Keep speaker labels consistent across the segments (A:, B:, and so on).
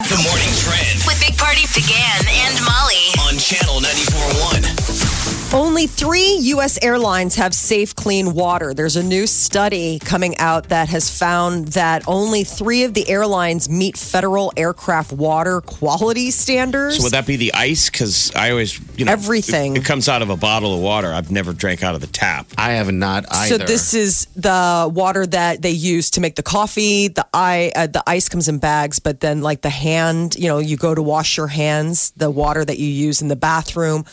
A: The morning trend
B: with Big Party began and Molly.
A: on channel 941.
C: Only three U.S. airlines have safe, clean water. There's a new study coming out that has found that only three of the airlines meet federal aircraft water quality standards.
D: So would that be the ice? Because I always, you know,
C: Everything.
D: It, it comes out of a bottle of water. I've never drank out of the tap.
E: I have not
C: So
E: either.
C: this is the water that they use to make the coffee. The i uh, the ice comes in bags, but then like the hand, you know, you go to wash your hands. The water that you use in the bathroom,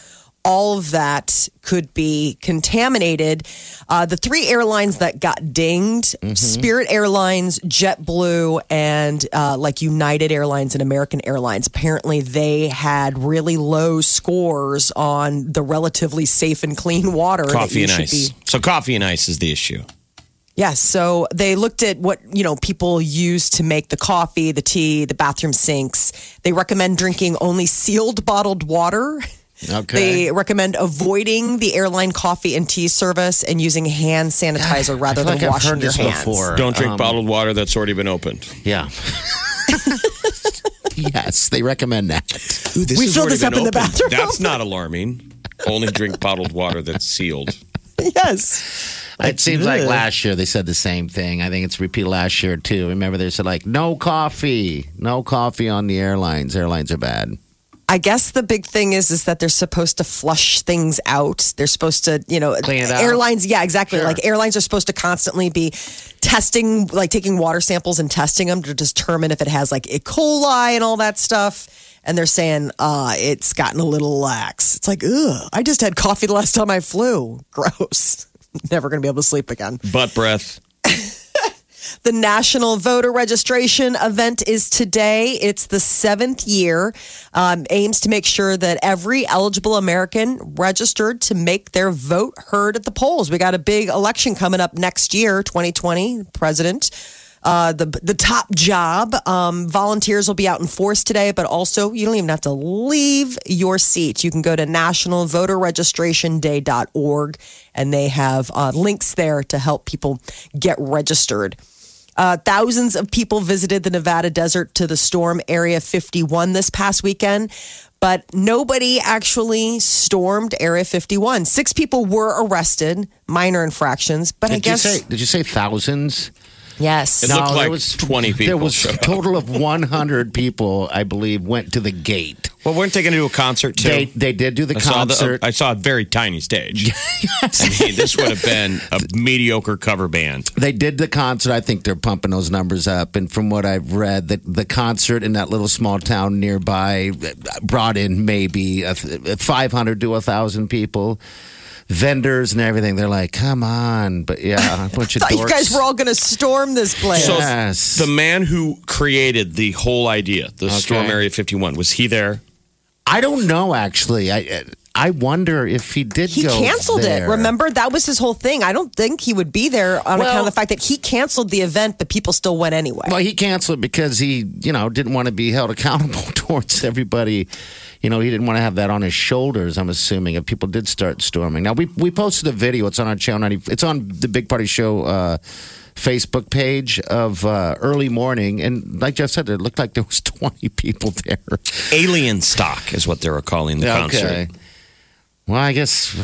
C: all of that could be contaminated. Uh, the three airlines that got dinged:
D: Mm-hmm.
C: Spirit Airlines, JetBlue, and uh, like United Airlines and American Airlines. Apparently, they had really low scores on the relatively safe and clean water. that
D: Coffee
C: you
D: and
C: should be
D: ice. So coffee and ice is the issue.
C: Yes, so they looked at what you know people use to make the coffee, the tea, the bathroom sinks. They recommend drinking only sealed bottled water.
E: okay.
C: They recommend avoiding the airline coffee and tea service and using hand sanitizer rather than
E: I feel like I've
C: washing
E: heard
C: your
E: this
C: hands.
E: before.
D: Don't drink
E: Um,
D: bottled water that's already been opened.
E: Yeah. yes, they recommend that.
D: Ooh, this
C: We
D: has
C: filled
D: already
C: this up
D: been
C: in the
D: opened.
C: bathroom.
D: That's not alarming. Only drink bottled water that's sealed.
C: Yes,
E: it seems like
C: ugh.
E: last year they said the same thing. I think it's repeated last year too. Remember they said like no coffee, no coffee on the airlines. Airlines are bad.
C: I guess the big thing is is that they're supposed to flush things out. They're supposed to you know
E: Clean it up.
C: airlines. Yeah, exactly.
E: Sure.
C: Like airlines are supposed to constantly be testing, like taking water samples and testing them to determine if it has like E. coli and all that stuff. And they're saying uh, it's gotten a little lax. It's like, ugh, I just had coffee the last time I flew. Gross. Never going to be able to sleep again.
D: Butt breath.
C: The national voter registration event is today. It's the seventh year. Um, aims to make sure that every eligible American registered to make their vote heard at the polls. We got a big election coming up next year, 2020, president. Uh, the the top job um, volunteers will be out in force today, but also you don't even have to leave your seat. You can go to nationalvoterregistrationday.org, and they have uh, links there to help people get registered. Uh, thousands of people visited the Nevada desert to the storm Area 51 this past weekend, but nobody actually stormed Area 51. Six people were arrested, minor infractions, but
E: Did
C: I guess.
E: you say did you say thousands?
C: yes.
D: It looked
E: there
D: like 20 people
E: There was
D: showed
E: a
D: up.
E: total of 100 people, I believe, went to the gate.
D: Well, weren't they going to do a concert too?
E: They they did do the
D: I saw, the,
E: concert.
D: I saw a very tiny stage. I mean, this would have been a mediocre cover band.
E: they did the concert. I think they're pumping those numbers up. And from what I've read, the, the concert in that little small town nearby brought in maybe a, 500 to 1,000 people, vendors and everything. They're like, come on. But yeah, a bunch of
C: thought you
E: dorks.
C: guys were all going to storm this place.
D: So
E: Yes.
D: the man who created the whole idea, the Storm
E: Okay.
D: Area 51, was he there?
E: I don't know, actually. I I wonder if he did
C: he
E: go
C: canceled
E: there.
C: it. Remember, that was his whole thing. I don't think he would be there on account of
E: Well-
C: the fact that he canceled the event, but people still went anyway.
E: Well, he canceled it because he, you know, didn't want to be held accountable towards everybody. You know, he didn't want to have that on his shoulders. I'm assuming if people did start storming. Now we we posted a video. It's on our channel. 90, it's on the Big Party Show uh, Facebook page of uh, early morning, and like Jeff said, it looked like there was 20 people there.
D: Alien stock is what they were calling the concert.
E: Well, I guess,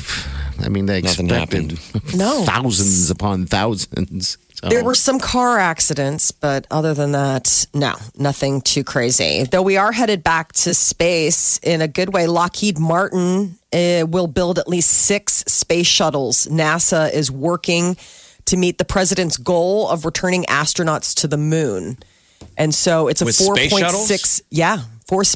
E: I mean, they
D: Nothing
E: expected
C: No.
E: thousands upon thousands. So-
C: There were some car accidents, but other than that, no, nothing too crazy. Though we are headed back to space in a good way. Lockheed Martin uh, will build at least six space shuttles. NASA is working to meet the president's goal of returning astronauts to the moon. And so it's a
D: With space
C: 4.6 yeah,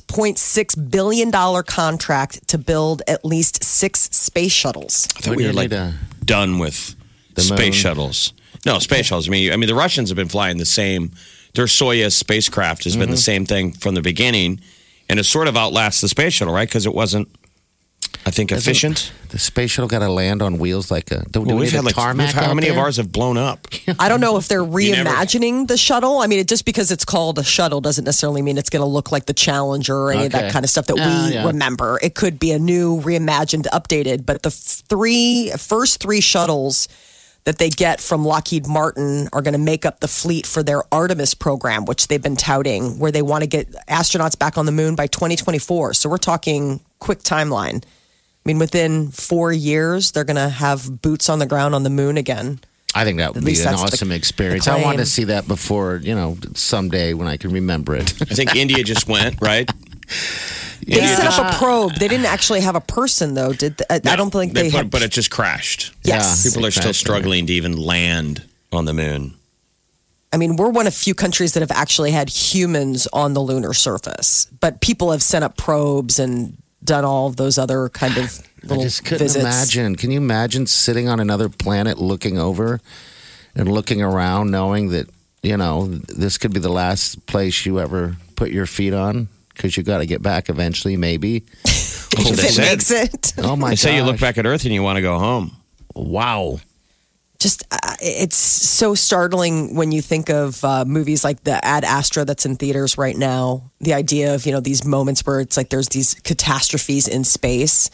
C: 4.6 billion dollar contract to build at least 6 space shuttles.
D: I thought
E: We
D: we were like
E: need a-
D: done with the space
E: moon.
D: shuttles. No, space shuttles. I mean, I mean, the
E: Mm-hmm.
D: Russians have been flying the same. Their Soyuz spacecraft has been the same thing from the beginning. and it sort of outlasts the space shuttle, right? Because it wasn't, I think, efficient.
E: The space shuttle got to land on wheels like a. Do, do
D: Well,
E: we
D: we've
E: need
D: had
E: a
D: like
E: tarmac
D: we've- how
E: out
D: many of
E: there?
D: ours have blown up?
C: I don't know if they're
D: never-
C: reimagining the shuttle. I mean, it, just because it's called a shuttle doesn't necessarily mean it's going to look like the Challenger or any of that
E: Okay.
C: kind of stuff that
E: Ah,
C: we
E: yeah.
C: remember. It could be a new, reimagined, updated. But the f- three first three shuttles that they get from Lockheed Martin are going to make up the fleet for their Artemis program, which they've been touting, where they want to get astronauts back on the moon by 2024. So we're talking quick timeline. I mean, within four years, they're going to have boots on the ground on the moon again.
E: I think that would be
C: least
E: an
C: that's the-
E: awesome
C: the
E: experience. I want
C: claim.
E: to see that before, you know, someday when I can remember it.
D: I think India just went right.
C: They set up a probe. They didn't actually have a person, though. Did they? I- I don't think they,
D: put,
C: had.
D: but it just crashed.
C: yes.
D: People are still
E: Exactly.
D: struggling to even land on the moon.
C: I mean, we're one of few countries that have actually had humans on the lunar surface, but people have sent up probes and done all of those other kind of
E: I
C: little
E: just couldn't
C: visits.
E: imagine. Can you imagine sitting on another planet looking over and looking around knowing that, you know, this could be the last place you ever put your feet on because you got to get back eventually, maybe.
D: Well,
C: If
D: they
C: it
D: said-
C: makes it,
E: Oh my
D: They say you look
E: gosh.
D: back at Earth and you want to go home.
E: Wow.
C: just uh, it's so startling when you think of uh, movies like the Ad Astra that's in theaters right now. The idea of you know these moments where it's like there's these catastrophes in space.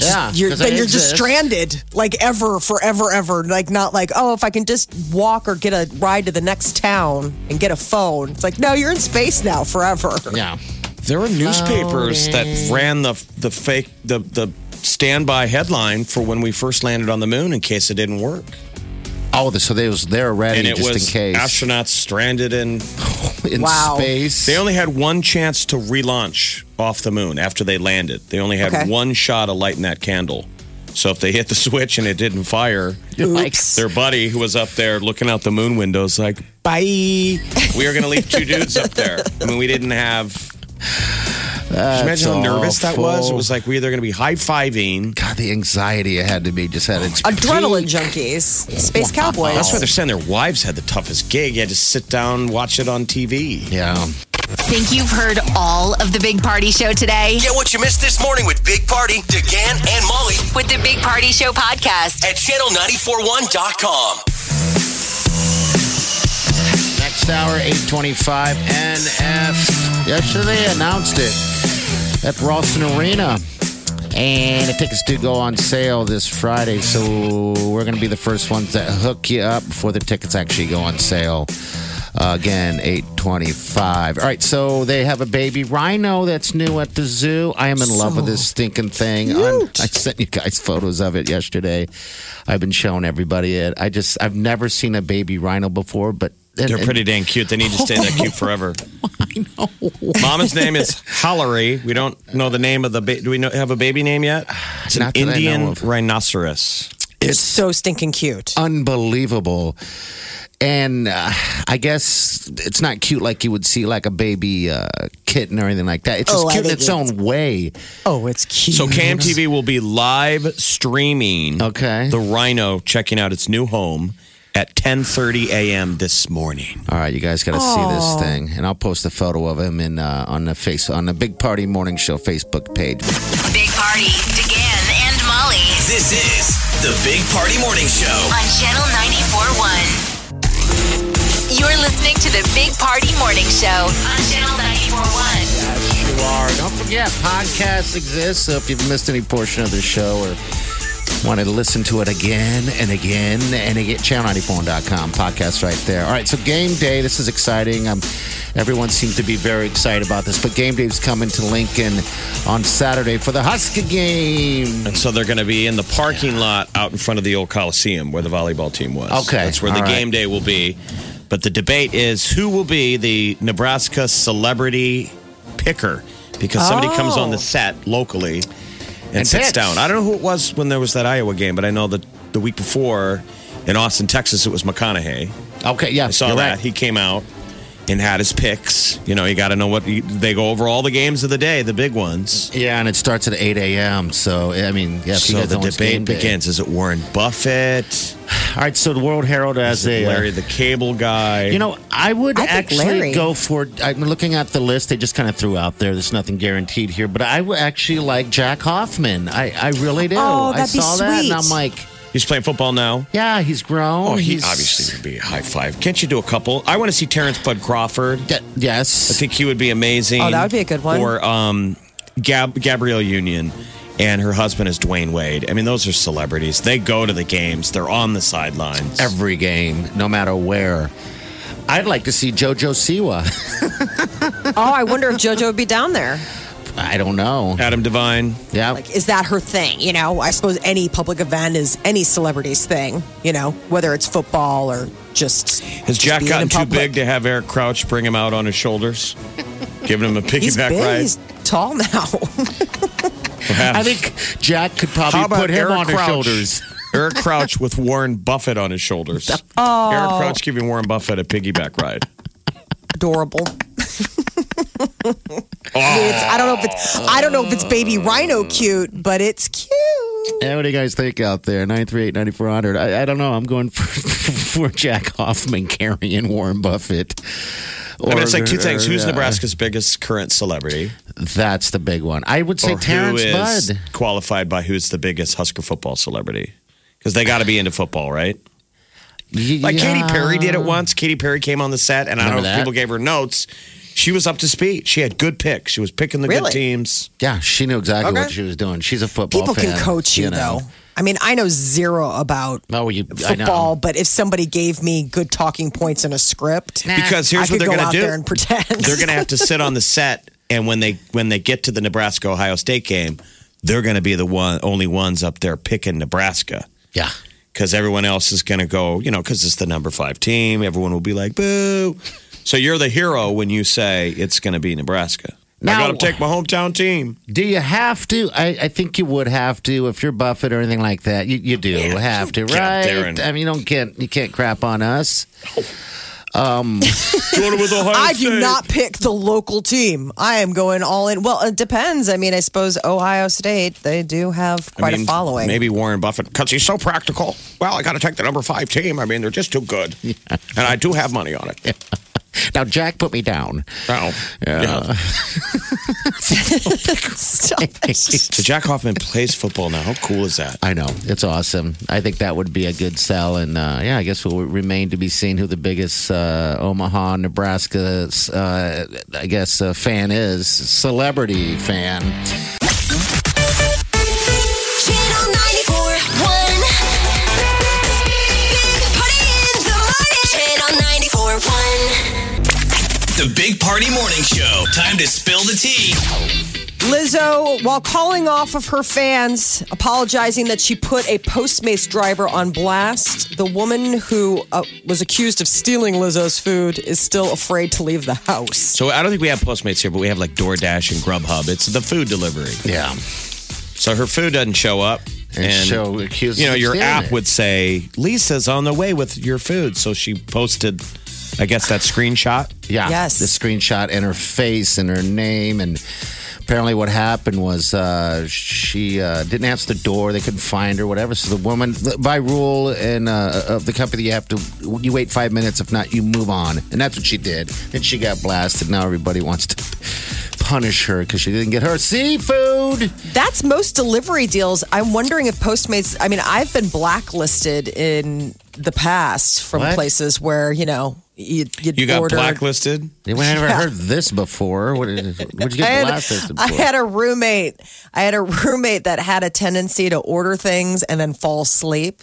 E: Yeah.
C: you're,
E: 'cause I
C: then you're just
E: exist.
C: stranded, like ever, forever, ever. Like not like, oh, if I can just walk or get a ride to the next town and get a phone. It's like, no, you're in space now, forever.
E: Yeah.
D: There were newspapers that ran the the fake the the standby headline for when we first landed on the moon in case it didn't work,
E: Oh, the- so they was there ready
D: and it
E: just
D: was
E: in case.
D: astronauts stranded in.
E: in
C: Wow.
E: space.
D: They only had one chance to relaunch off the moon after they landed. They only had
C: Okay.
D: one shot of lighting that candle. So if they hit the switch and it didn't fire,
C: Oops.
D: their buddy who was up there looking out the moon windows like, "Bye." We were going to leave two dudes up there. I mean, we didn't have. Just imagine how nervous that was. It
E: awful.
D: was like we're either going to be high fiving.
E: God, the anxiety I had to be just had it.
C: Adrenaline junkies, space cowboys.
D: That's why they're saying their wives had the toughest gig. You had to sit down, watch it on TV.
E: Yeah.
B: Think you've heard all of the Big Party Show today
A: Get what you missed this morning with Big Party, DeGan, and Molly
B: with the Big Party Show podcast.
A: at channel941.com.
E: Next hour, 825 NF. Yesterday announced it at Ralston Arena. And the tickets do go on sale this Friday, so we're going to be the first ones that hook you up before the tickets actually go on sale. Uh, again, 825. All right, so they have a baby rhino that's new at the zoo. I am in love with this stinking thing. I'm- I sent you guys photos of it yesterday. I've been showing everybody it. I just, I've never seen a baby rhino before, but. and-
D: They're
E: and-
D: pretty dang cute. They need to stay that cute forever. I know. Mama's name is Hollery. We don't know the name of the baby. Do we know, have a baby name yet? It's an
E: Not that I know
D: Indian
E: of.
D: rhinoceros.
C: so stinking cute.
E: unbelievable. And uh, I guess it's not cute like you would see like a baby uh, kitten or anything like that. It's just
C: Oh, I
E: cute in
C: think
E: its own way.
C: Oh, it's cute.
D: So Cam TV will be live streaming
E: Okay.
D: the rhino checking out its new home at 10:30 a.m. this morning.
E: All right, you guys got to see this thing, and I'll post a photo of him in uh, on the face on the Big Party Morning Show Facebook page.
B: Big Party, DeGan and Molly
A: This is the Big Party Morning Show.
B: on Channel 94.1. You're listening to the Big Party Morning Show on Channel 94.1.
E: Yes, you are. Don't forget, podcasts exist. So if you've missed any portion of the show or want to listen to it again and again and again, channel94.com podcast right there. All right, so game day. This is exciting. Um, everyone seems to be very excited about this, but game day's coming to Lincoln on Saturday for the Husker game.
D: And so they're going to be in the parking lot out in front of the old Coliseum where the volleyball team was.
E: Okay.
D: That's where the
E: All right.
D: game day will be. But the debate is who will be the Nebraska celebrity picker because somebody comes on the set locally and,
E: Oh. And
D: sits
E: picks.
D: down. I don't know who it was when there was that Iowa game, but I know that the week before in Austin, Texas, it was McConaughey.
E: Okay, yeah,
D: I saw
E: you're
D: that.
E: right.
D: He came out. and had his picks. You know, you got to know what they go over all the games of the day, the big ones.
E: Yeah, and it starts at 8 a.m. So, I mean, yeah. if you
D: so
E: guys
D: the
E: know it's
D: debate
E: game day.
D: begins. Is it Warren Buffett?
E: All right, so the World Herald has
D: Is it
E: a. uh,
D: Larry the Cable Guy?
E: You know, I would
C: I think
E: actually
C: Larry.
E: go for. I'm looking at the list they just kind of threw out there. There's nothing guaranteed here, but I would actually like Jack Hoffman. I, I really do.
C: Oh,
E: I
C: that'd be
E: saw that, and
C: sweet.
E: I'm like,
D: he's playing football now.
E: yeah, he's grown.
D: Oh, he
E: he's,
D: obviously would be a high five. Can't you do a couple? I want to see Terrence Bud Crawford.
E: Yeah, yes.
D: I think he would be amazing.
C: Oh, that would be a good one.
D: Or um, Gab- Gabrielle Union and her husband is Dwayne Wade. I mean, those are celebrities. They go to the games. They're on the sidelines.
E: every game, no matter where. I'd like to see JoJo Siwa.
C: Oh, I wonder if JoJo would be down there.
E: I don't know.
D: Adam Devine.
E: Yeah.
C: Like, is that her thing? You know, I suppose any public event is any celebrity's thing, you know, whether it's football or just.
D: Has
C: just
D: Jack
C: being
D: gotten
C: in
D: too
C: public.
D: big to have Eric Crouch bring him out on his shoulders? Giving him a
C: He's
D: piggyback
C: big.
D: ride?
C: He's tall now.
D: Perhaps.
E: I think Jack could probably
D: How about
E: put him
D: Eric
E: on
D: Crouch?
E: her shoulders.
D: Eric Crouch with Warren Buffett on his shoulders. Oh. Eric Crouch giving Warren Buffett a piggyback ride.
C: Adorable. It's- I don't know if it's I don't know if it's baby rhino cute, but it's cute.
E: Yeah, what do you guys think out there? 938 9400. I, I don't know. I'm going for, for Jack Hoffman carrying Warren Buffett. Or,
D: I mean, it's like two things. Who's
E: uh,
D: Nebraska's biggest current celebrity?
E: That's the big one. I would say
D: Or who
E: Terrence
D: is
E: Budd.
D: qualified by who's the biggest Husker football celebrity? Because they got to be into football, right? Like Katy Perry did it once. Katy Perry came on the set, and I don't know
E: Remember
D: if
E: that?
D: people gave her notes. She was up to speed. She had good picks. She was picking the good
C: Really?
D: teams.
E: Yeah, she knew exactly
C: Okay.
E: what she was doing. She's a football
C: People
E: fan.
C: can coach you,
E: know.
C: though. I mean, I know zero about
E: Oh, you, I know.
C: football, but if somebody gave me good talking points in a script,
E: Nah.
D: Because here's
C: I could
D: what
C: go
D: they're going
C: out
D: to do.
C: there and pretend.
D: They're going to have to sit on the set, and when they when they get to the Nebraska Ohio State game, they're going to be the one only ones up there picking Nebraska.
E: Yeah.
D: because everyone else is going to go, you know, because it's the number five team. Everyone will be like, boo. So you're the hero when you say it's going to be Nebraska. I
E: Now-
D: got to take my hometown team.
E: Do you have to? I, I think you would have to if you're Buffett or anything like that. You, you do have to,
D: get up
E: right?
D: there and-
E: I mean, you don't get you can't crap on us.
D: Doing it with Ohio
C: I do not pick the local team. I am going all in. Well, it depends. I mean, I suppose Ohio State, they do have
D: I
C: quite
D: mean,
C: a following.
D: Maybe Warren Buffett, because he's so practical. Well, I got to take the number five team. I mean, they're just too good. And I do have money on it.
E: Now, Jack put me down.
D: Oh. Yeah.
C: Stop it.
D: So Jack Hoffman plays football now. How cool is that?
E: I know it's awesome. I think that would be a good sell, and uh, yeah, I guess will remain to be seen who the biggest uh, Omaha, Nebraska, uh, I guess, uh, fan is celebrity fan.
B: Channel 941. Big Party in the morning. Channel 941.
A: The Big Party Morning Show. Time to spill the tea.
C: Lizzo, while calling off of her fans, apologizing that she put a Postmates driver on blast, the woman who uh, was accused of stealing Lizzo's food is still afraid to leave the house.
D: So I don't think we have Postmates here, but we have like DoorDash and Grubhub. It's the food delivery.
E: Yeah,
D: So her food doesn't show up.
E: And show accuses
D: you know,
E: of
D: your
E: stealing
D: app
E: it.
D: would say, Lisa's on the way with your food. So she posted, I guess, that screenshot.
E: yeah.
C: Yes.
E: the screenshot and her face and her name, and apparently what happened was uh, she uh, didn't answer the door. They couldn't find her, whatever. So the woman, by rule and uh, of the company, you have to you wait five minutes. If not, you move on, and that's what she did. And she got blasted. Now everybody wants to punish her because she didn't get her seafood.
C: That's most delivery deals. I'm wondering if Postmates, I mean, I've been blacklisted in the past from
E: What?
C: places where, you know, you
D: You got blacklisted.
E: I never heard this before. What did what'd you
C: I
E: get
C: had,
E: blasted
C: I
E: for?
C: had a roommate. I had a roommate that had a tendency to order things and then fall asleep.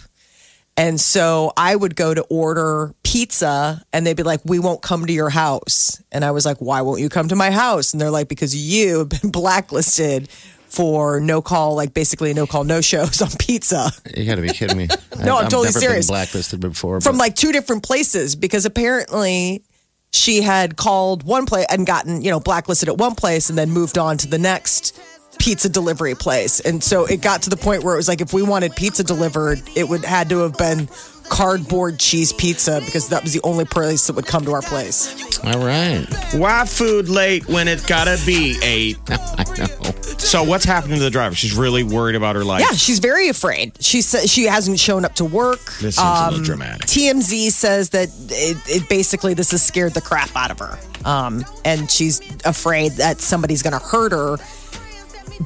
C: And so I would go to order pizza and they'd be like, We won't come to your house. And I was like, Why won't you come to my house? And they're like, Because you have been blacklisted for no call, like basically no call, no shows on pizza
E: you got to be kidding me.
C: No, I'm
E: I've
C: totally
E: never
C: serious.
E: Been blacklisted before
C: from
E: but-
C: like two different places because apparently she had called one place and gotten you know blacklisted at one place and then moved on to the next pizza delivery place and so it got to the point where it was like if we wanted pizza delivered it would had to have been cardboard cheese pizza because that was the only place that would come to our place.
E: All right.
D: Why food late when it's gotta be eight?
E: I know.
D: So what's happening to the driver? She's really worried about her life.
C: Yeah, she's very afraid. She says she hasn't shown up to work.
D: This seems a
C: um,
D: little dramatic.
C: TMZ says that it, it basically this has scared the crap out of her, um, and she's afraid that somebody's going to hurt her.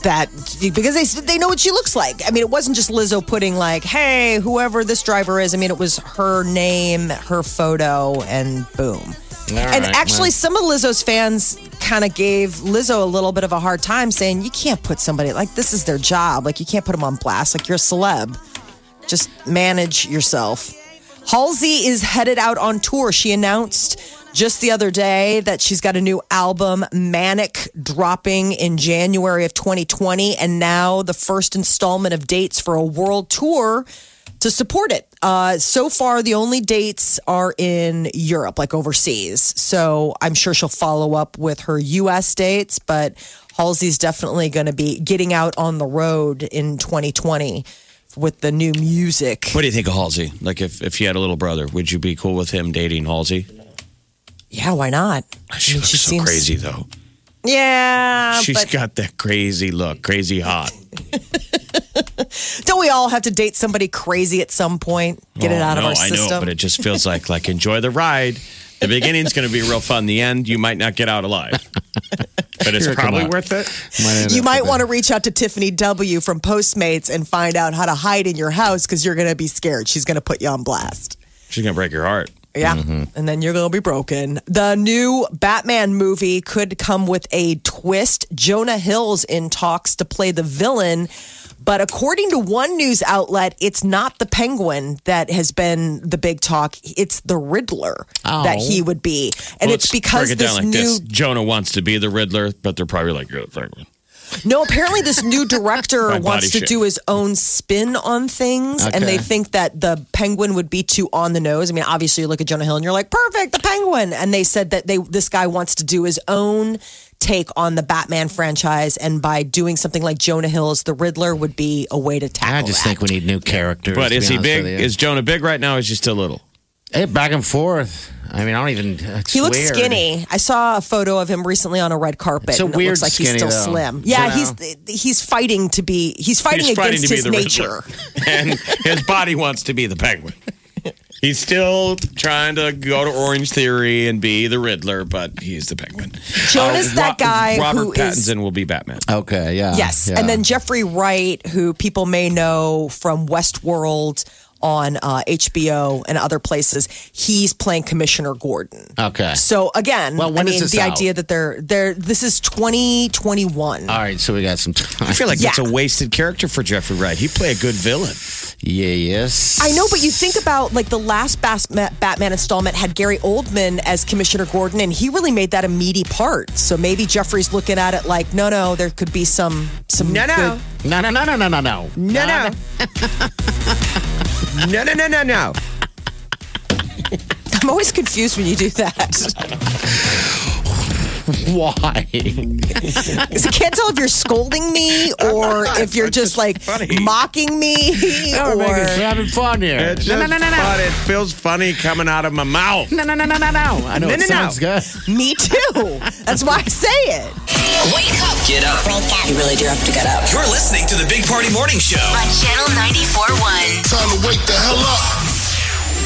C: That because they they know what she looks like. I mean, it wasn't just Lizzo putting like, "Hey, whoever this driver is." I mean, it was her name, her photo, and boom.
E: All
C: and
E: right,
C: actually,
E: well.
C: some of Lizzo's fans kind of gave Lizzo a little bit of a hard time, saying, "You can't put somebody like this is their job. Like you can't put them on blast. Like you're a celeb. Just manage yourself." Halsey is headed out on tour. She announced just the other day that she's got a new album, Manic, dropping in January of 2020, and now the first installment of dates for a world tour to support it. Uh, so far, the only dates are in Europe, like overseas. So I'm sure she'll follow up with her US dates, but Halsey's definitely going to be getting out on the road in 2020 with the new music.
D: What do you think of Halsey? Like if, if you had a little brother, would you be cool with him dating Halsey?
C: Yeah, why not?
D: She
C: I mean,
D: looks so
C: seems-
D: crazy though.
C: Yeah,
D: She's
C: but
D: got that crazy look, crazy hot.
C: don't we all have to date somebody crazy at some point? Get it
D: Oh,
C: out of
D: no,
C: our
D: I
C: system.
D: know, but it just feels like like enjoy the ride. The beginning's going to be real fun. The end, you might not get out alive, but it's
E: Sure, come
D: probably
E: on.
D: worth it.
C: you might want to reach out to Tiffany W from Postmates and find out how to hide in your house because you're going to be scared. She's going to put you on blast.
D: She's going to break your heart.
C: Yeah. And then you're going to be broken. The new Batman movie could come with a twist. Jonah Hill's in talks to play the villain. But according to one news outlet, it's not the penguin that has been the big talk. It's the Riddler that
E: Oh.
C: he would be. And
D: Well,
C: it's
D: let's
C: because
D: break it
C: this
D: down like
C: new
D: this. Jonah wants to be the Riddler, but they're probably like, "You're the penguin."
C: No, apparently this new director
D: My
C: wants to
D: body shape.
C: do his own spin on things, and
E: Okay.
C: they think that the penguin would be too on the nose. I mean, obviously you look at Jonah Hill and you're like, perfect, the penguin. And they said that they this guy wants to do his own take on the Batman franchise, and by doing something like Jonah Hill's The Riddler would be a way to tackle
E: I just
C: that.
E: think we need new characters.
D: But
E: to
D: is
E: be
D: he
E: honest
D: big?
E: with you.
D: Is Jonah big right now? Or is he still little?
E: Hey, back and forth? I mean, I don't even. it's
C: he looks
E: weird.
C: skinny. I saw a photo of him recently on a red carpet.
E: It's a
C: and it
E: weird
C: looks like he's
E: skinny,
C: still
E: though.
C: slim. Yeah,
E: You know?
C: he's he's fighting to be he's fighting
D: He's fighting to
C: against
D: be
C: his
D: the
C: nature.
D: Riddler, and his body wants to be the penguin. He's still trying to go to Orange Theory and be the Riddler, but he's the penguin. Uh,
C: Jonah's
D: Oh, Ro-
C: that guy
D: Robert
C: who is-
D: Pattinson will be Batman.
E: Okay. Yeah.
C: Yes.
E: yeah.
C: And then Jeffrey Wright, who people may know from Westworld on uh, HBO and other places, he's playing Commissioner Gordon.
E: Okay.
C: So again,
E: Well, when
C: I
E: is
C: mean,
E: this
C: the
E: out?
C: idea that they're they're this is 2021.
E: All right. So we got some time.
D: I feel like that's
C: Yeah.
D: a wasted character for Jeffrey Wright. He play a good villain.
E: yes.
C: I know, but you think about like the last Bas- Batman installment had Gary Oldman as Commissioner Gordon, and he really made that a meaty part. So maybe Jeffrey's looking at it like, no, no, there could be some some
D: No, no.
E: No. No. No. No. No. No. No.
D: No, no. no, no, no, no, no.
C: good- I'm always confused when you do that.
E: Why?
C: Because I can't tell if you're scolding me or if you're just like
D: funny.
C: mocking me.
E: We're making- we're
C: or,
E: having fun here.
D: It's
E: No. No.
D: just
E: No. No.
D: fun.
E: No.
D: It feels funny coming out of my mouth.
E: No. No. No. No. No. No. I know
D: No,
E: it
D: no, no.
E: sounds good.
C: me too. That's why I say it.
B: Wake up
A: Get up.
F: You really do have to get up.
A: You're listening to the Big Party Morning Show.
B: on Channel 94.1.
G: Time to wake the hell up.